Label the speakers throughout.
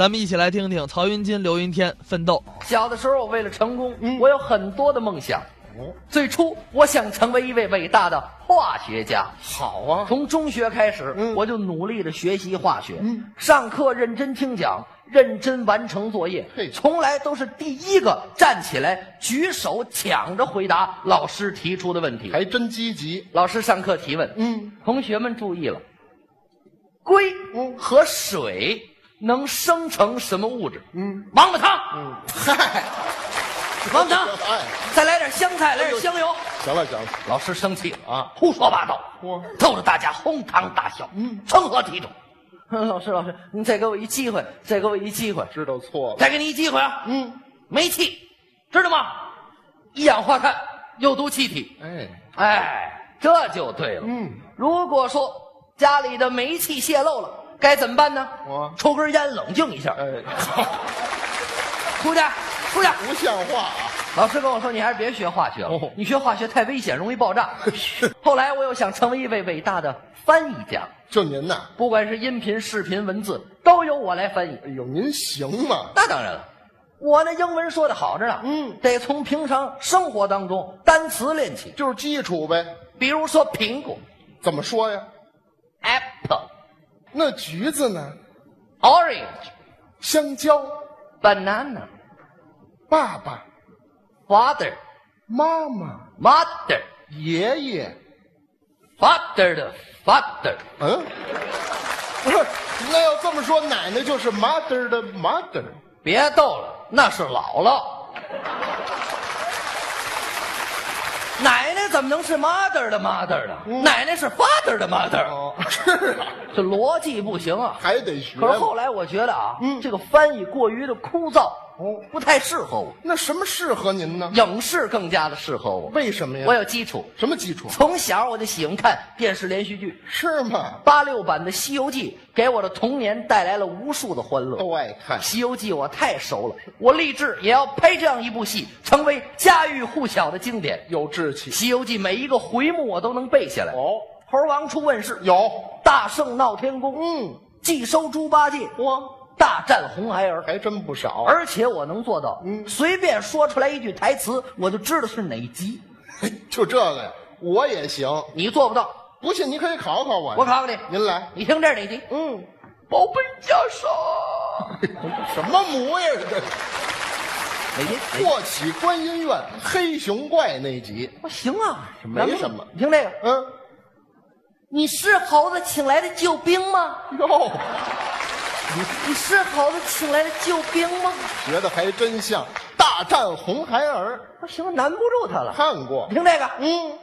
Speaker 1: 咱们一起来听听曹云金、刘云天奋斗。
Speaker 2: 小的时候，我为了成功，
Speaker 3: 嗯
Speaker 2: 我有很多的梦想。
Speaker 3: 哦
Speaker 2: 最初，我想成为一位伟大的化学家。
Speaker 3: 好啊，
Speaker 2: 从中学开始，
Speaker 3: 嗯
Speaker 2: 我就努力的学习化学，
Speaker 3: 嗯
Speaker 2: 上课认真听讲，认真完成作业
Speaker 3: 嘿，
Speaker 2: 从来都是第一个站起来举手抢着回答老师提出的问题。
Speaker 3: 还真积极。
Speaker 2: 老师上课提问，
Speaker 3: 嗯，
Speaker 2: 同学们注意了，硅和水能生成什么物质？
Speaker 3: 嗯，
Speaker 2: 王八汤。嗯。
Speaker 3: 嗨，
Speaker 2: 王糖
Speaker 3: 哎，
Speaker 2: 再来点香菜，来点香油。
Speaker 3: 行了行了，
Speaker 2: 老师生气了嗯
Speaker 3: 啊
Speaker 2: 胡说八道
Speaker 3: 嚯，
Speaker 2: 逗得大家哄堂大笑，嗯，成何体统？ 老师，老师，你再给我一机会，再给我一机会，
Speaker 3: 知道错了。
Speaker 2: 再给你一机会啊！
Speaker 3: 嗯，
Speaker 2: 煤气，知道吗？一氧化碳，有毒气体。
Speaker 3: 哎，
Speaker 2: 哎，这就对了。
Speaker 3: 嗯，
Speaker 2: 如果说家里的煤气泄漏了，该怎么办呢
Speaker 3: 我？
Speaker 2: 抽根烟冷静一下。
Speaker 3: 哎，
Speaker 2: 出去，出去。
Speaker 3: 不像话啊！
Speaker 2: 老师跟我说：“你还是别学化学了，
Speaker 3: 哦
Speaker 2: 你学化学太危险，容易爆 炸。”后来我又想成为一位伟大的翻译家，
Speaker 3: 就您呐，
Speaker 2: 不管是音频、视频、文字，都由我来翻译。
Speaker 3: 哎呦，您行吗？
Speaker 2: 那当然了，我那英文说的好着呢，
Speaker 3: 嗯
Speaker 2: 得从平常生活当中单词练起，
Speaker 3: 就是基础呗。
Speaker 2: 比如说苹果
Speaker 3: 怎么说呀？
Speaker 2: （apple）、
Speaker 3: 那橘子呢？
Speaker 2: orange、
Speaker 3: 香蕉，
Speaker 2: banana、
Speaker 3: 爸爸、
Speaker 2: father、
Speaker 3: 妈妈、
Speaker 2: mother、
Speaker 3: 爷爷，
Speaker 2: father 的 father。
Speaker 3: 嗯，不是，那要这么说，奶奶就是 mother 的 mother。
Speaker 2: 别逗了，那是姥 姥。奶奶怎么能是 mother 的 mother 呢？奶奶是 father 的 mother，、
Speaker 3: 嗯哦，是啊，
Speaker 2: 这逻辑不行啊。
Speaker 3: 还得学。
Speaker 2: 可是后来我觉得啊，
Speaker 3: 嗯
Speaker 2: 这个翻译过于的枯燥，
Speaker 3: 哦
Speaker 2: 不太适合我。
Speaker 3: 那什么适合您呢？
Speaker 2: 影视更加的适合我，
Speaker 3: 为什么呀？
Speaker 2: 我有基础。
Speaker 3: 什么基础？
Speaker 2: 从小我就喜欢看电视连续剧，
Speaker 3: 是吗？
Speaker 2: 八六版的《西游记》给我的童年带来了无数的欢乐。
Speaker 3: 都哦爱看
Speaker 2: 《西游记》我太熟了，我立志也要拍这样一部戏，成为家喻户晓的经典。
Speaker 3: 有志
Speaker 2: 《
Speaker 3: 气。
Speaker 2: 西游记》每一个回目我都能背下来。
Speaker 3: 哦，
Speaker 2: 猴王出问世，
Speaker 3: 有，
Speaker 2: 大圣闹天宫，
Speaker 3: 嗯，
Speaker 2: 既收猪八戒，
Speaker 3: 我
Speaker 2: 大战红孩儿，
Speaker 3: 还真不少。
Speaker 2: 而且我能做到，
Speaker 3: 嗯
Speaker 2: 随便说出来一句台词，我就知道是哪集。
Speaker 3: 就这个呀，我也行。
Speaker 2: 你做不到，
Speaker 3: 不信你可以考考我呀。
Speaker 2: 我考考你，
Speaker 3: 您来。
Speaker 2: 你听这是哪集？
Speaker 3: 嗯，
Speaker 2: 宝贝袈裟，
Speaker 3: 什么模样？这是
Speaker 2: 哪集？
Speaker 3: 霍启观音院黑熊怪那集。
Speaker 2: 我行啊，
Speaker 3: 没什么
Speaker 2: 你听这个，
Speaker 3: 嗯，
Speaker 2: 你是猴子请来的救兵吗？
Speaker 3: 哟，
Speaker 2: 你是猴子请来的救兵吗？
Speaker 3: 学的还真像。大战红孩儿
Speaker 2: 不行，难不住他了。
Speaker 3: 看过
Speaker 2: 你。听这个，
Speaker 3: 嗯，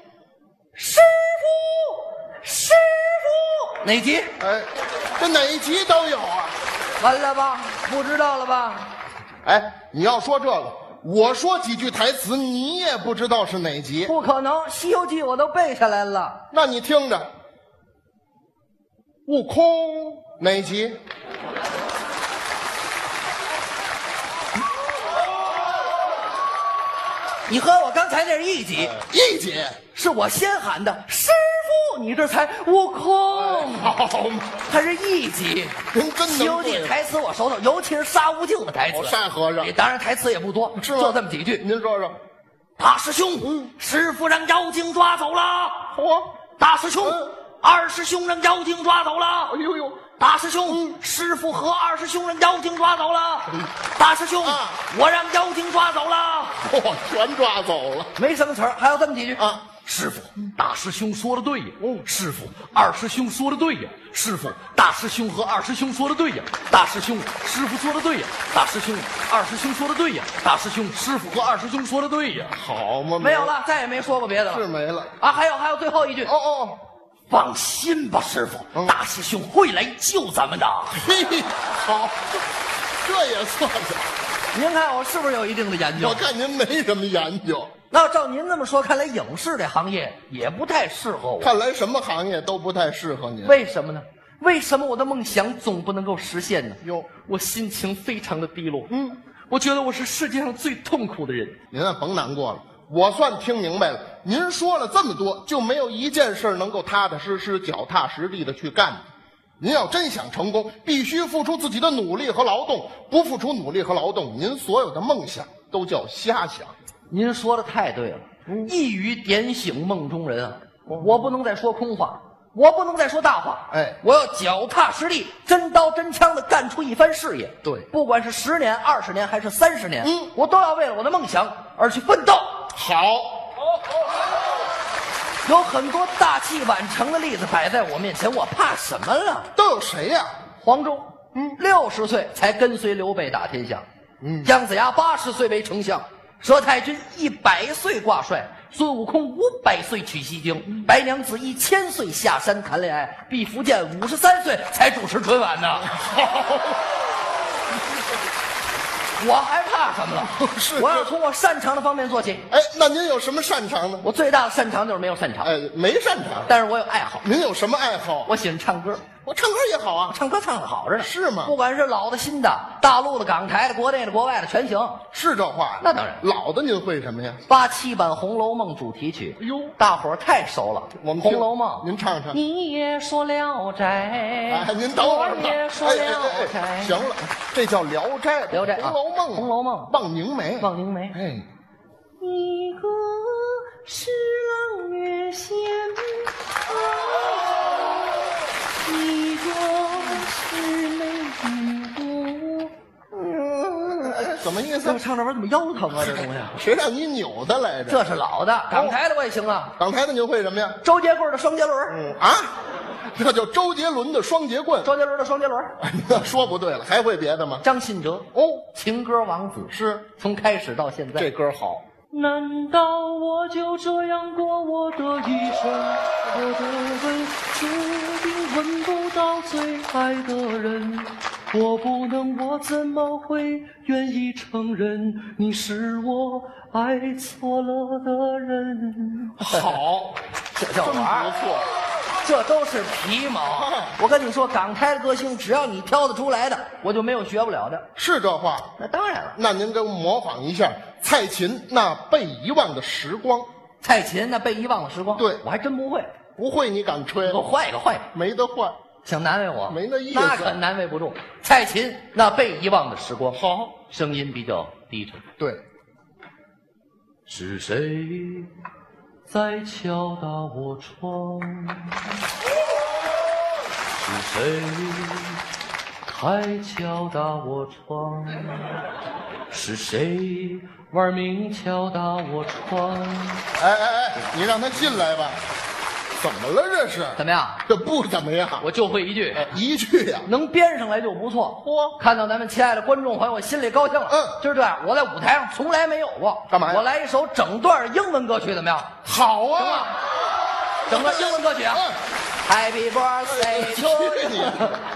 Speaker 2: 师傅，师傅，哪集？
Speaker 3: 哎，这哪一集都有啊。
Speaker 2: 完了吧？不知道了吧？
Speaker 3: 哎，你要说这个，我说几句台词，你也不知道是哪集。
Speaker 2: 不可能，《西游记》我都背下来了。
Speaker 3: 那你听着，悟空哪集？
Speaker 2: 你和我刚才那是一集，
Speaker 3: 一集。
Speaker 2: 是我先喊的师傅，你这才悟空，
Speaker 3: 好嘛，
Speaker 2: 它是一集。
Speaker 3: 您哦真
Speaker 2: 《西游
Speaker 3: 能
Speaker 2: 记
Speaker 3: 对》
Speaker 2: 台词我熟透，尤其是沙悟净的台词
Speaker 3: 哦。沙和尚
Speaker 2: 也当然台词也不多，
Speaker 3: 是吗？
Speaker 2: 就这么几句。
Speaker 3: 您说说，
Speaker 2: 大师兄，
Speaker 3: 嗯
Speaker 2: 师傅让妖精抓走了。
Speaker 3: 嚯，
Speaker 2: 大师兄，
Speaker 3: 嗯
Speaker 2: 二师兄让妖精抓走了。
Speaker 3: 哎呦嗯呦，
Speaker 2: 大师兄，师傅和二师兄让妖精抓走了。大师兄，
Speaker 3: 嗯啊
Speaker 2: 我让妖精抓走了。
Speaker 3: 嚯，全抓走了
Speaker 2: 没什么词儿，还有这么几句
Speaker 3: 啊！
Speaker 2: 师傅，大师兄说的对呀。师傅，二师兄说的对呀。师傅，大师兄和二师兄说的对呀。大师兄，师傅说的对呀。大师兄，二师兄说的对呀。大师兄，师傅和二师兄说的对呀。
Speaker 3: 好嘛，
Speaker 2: 没有，了，再也没说过别的了。
Speaker 3: 是没了。
Speaker 2: 啊，还有还有最后一句
Speaker 3: 哦，哦，
Speaker 2: 放心吧，师傅，
Speaker 3: 嗯
Speaker 2: 大师兄会来救咱们的。
Speaker 3: 嘿，好，这也算了。
Speaker 2: 您看我是不是有一定的研
Speaker 3: 我？看您没什么研究，
Speaker 2: 那照您这么说，看来影视这行业也不太适合我。
Speaker 3: 看来什么行业都不太适合您。
Speaker 2: 为什么呢？为什么我的梦想总不能够实现呢？
Speaker 3: 哟，
Speaker 2: 我心情非常的低落。
Speaker 3: 嗯，
Speaker 2: 我觉得我是世界上最痛苦的人。
Speaker 3: 您啊，甭难过了。我算听明白了，您说了这么多，就没有一件事儿能够踏踏实实、脚踏实地的去干的。您要真想成功，必须付出自己的努力和劳动，不付出努力和劳动，您所有的梦想都叫瞎想。
Speaker 2: 您说的太对了，
Speaker 3: 嗯
Speaker 2: 一语点醒梦中人啊！我不能再说空话，我不能再说大话，
Speaker 3: 哦哎
Speaker 2: 我要脚踏实地，真刀真枪的干出一番事业。
Speaker 3: 对
Speaker 2: 不管是十年、二十年还是三十年，
Speaker 3: 嗯
Speaker 2: 我都要为了我的梦想而去奋斗。
Speaker 3: 好，
Speaker 2: 有很多大器晚成的例子摆在我面前，我怕什么了？
Speaker 3: 都有谁呀、
Speaker 2: 黄忠，嗯，六十岁才跟随刘备打天下，嗯，姜子牙八十岁为丞相，佘太君一百岁挂帅，孙悟空五百岁取西经，白娘子一千岁下山谈恋爱，毕福剑五十三岁才主持春晚呢。 我还怕什么 了？
Speaker 3: 是
Speaker 2: 我要从我擅长的方面做起。
Speaker 3: 哎，那您有什么擅长呢？
Speaker 2: 我最大的擅长就是没有擅长，
Speaker 3: 哎，没擅长。
Speaker 2: 但是我有爱好，
Speaker 3: 您有什么爱好？
Speaker 2: 我喜欢唱歌。
Speaker 3: 我唱歌也好啊。
Speaker 2: 唱歌唱的好着呢，
Speaker 3: 是吗
Speaker 2: 不管是老的、新的，大陆的、港台的、国内的、国外的，全行。
Speaker 3: 是这话呀？
Speaker 2: 那当然
Speaker 3: 老的您会什么呀？
Speaker 2: 八七版《红楼梦》主题曲，
Speaker 3: 哎呦
Speaker 2: 大伙儿太熟了。
Speaker 3: 我们
Speaker 2: 红
Speaker 3: 听
Speaker 2: 楼梦》，
Speaker 3: 您唱唱
Speaker 2: 你也说《聊斋
Speaker 3: 哎，》，您等会儿
Speaker 2: 我也
Speaker 3: 吧。
Speaker 2: 说《
Speaker 3: 哎
Speaker 2: 聊
Speaker 3: 哎哎
Speaker 2: 斋
Speaker 3: 哎，》。行了，这叫《聊斋》《
Speaker 2: 聊斋啊
Speaker 3: 红楼梦》《
Speaker 2: 红楼梦
Speaker 3: 望凝眉》。
Speaker 2: 望凝眉
Speaker 3: 哎，
Speaker 4: 一个是朗月仙，一个是美女姑。
Speaker 3: 哎怎么意
Speaker 2: 这
Speaker 3: 思
Speaker 2: 么？唱这玩意儿怎么腰疼啊？这东西，
Speaker 3: 谁让你扭的来着？
Speaker 2: 这是老的，港台的我也行啊。
Speaker 3: 港台的您会什么呀？
Speaker 2: 周杰棍儿的双杰轮，
Speaker 3: 嗯啊，这叫周杰伦的双节棍。
Speaker 2: 周杰伦的双杰轮，
Speaker 3: 哎那说不对了，还会别的吗？
Speaker 2: 张信哲
Speaker 3: 哦，
Speaker 2: 情歌王子，
Speaker 3: 是
Speaker 2: 从开始到现在，
Speaker 3: 这歌好。
Speaker 4: 难道我就这样过我的一生？我的吻注定吻不到最爱的人，我不能，我怎么会愿意承认你是我爱错了的人？
Speaker 3: 好，
Speaker 2: 这叫
Speaker 3: 真
Speaker 2: 玩
Speaker 3: 不
Speaker 2: 儿。
Speaker 3: 错。
Speaker 2: 这都是皮 毛。我跟你说，港台的歌星，只要你挑得出来的，我就没有学不了的。
Speaker 3: 是这话，
Speaker 2: 那当然了，
Speaker 3: 那您给我模仿一下蔡琴那被遗忘的时光，
Speaker 2: 蔡琴那被遗忘的时光，
Speaker 3: 对
Speaker 2: 我还真不会。
Speaker 3: 不会你敢吹
Speaker 2: 给？我换一个，换一个，
Speaker 3: 没得换。
Speaker 2: 想难为我，
Speaker 3: 没那意思
Speaker 2: 哦那可难为不住。蔡琴那被遗忘的时光，
Speaker 3: 好，
Speaker 2: 声音比较低沉。
Speaker 3: 对，
Speaker 4: 是谁在敲打我窗？是谁还敲打我窗？是谁玩命敲打我窗？
Speaker 3: 哎哎哎，你让他进来吧。怎么了这是？
Speaker 2: 怎么样？
Speaker 3: 这不怎么样，
Speaker 2: 我就会一句，
Speaker 3: 一句呀、
Speaker 2: 能编上来就不错。
Speaker 3: 嚯
Speaker 2: 看到咱们亲爱的观众朋友，我心里高兴了。
Speaker 3: 嗯
Speaker 2: 就是这样，我在舞台上从来没有过。
Speaker 3: 干嘛呀
Speaker 2: 我来一首整段英文歌曲，怎么样？
Speaker 3: 好
Speaker 2: 行吗
Speaker 3: 啊，？
Speaker 2: 整段英文歌曲啊。
Speaker 3: 嗯
Speaker 2: Happy birthday to
Speaker 3: 去你
Speaker 2: you。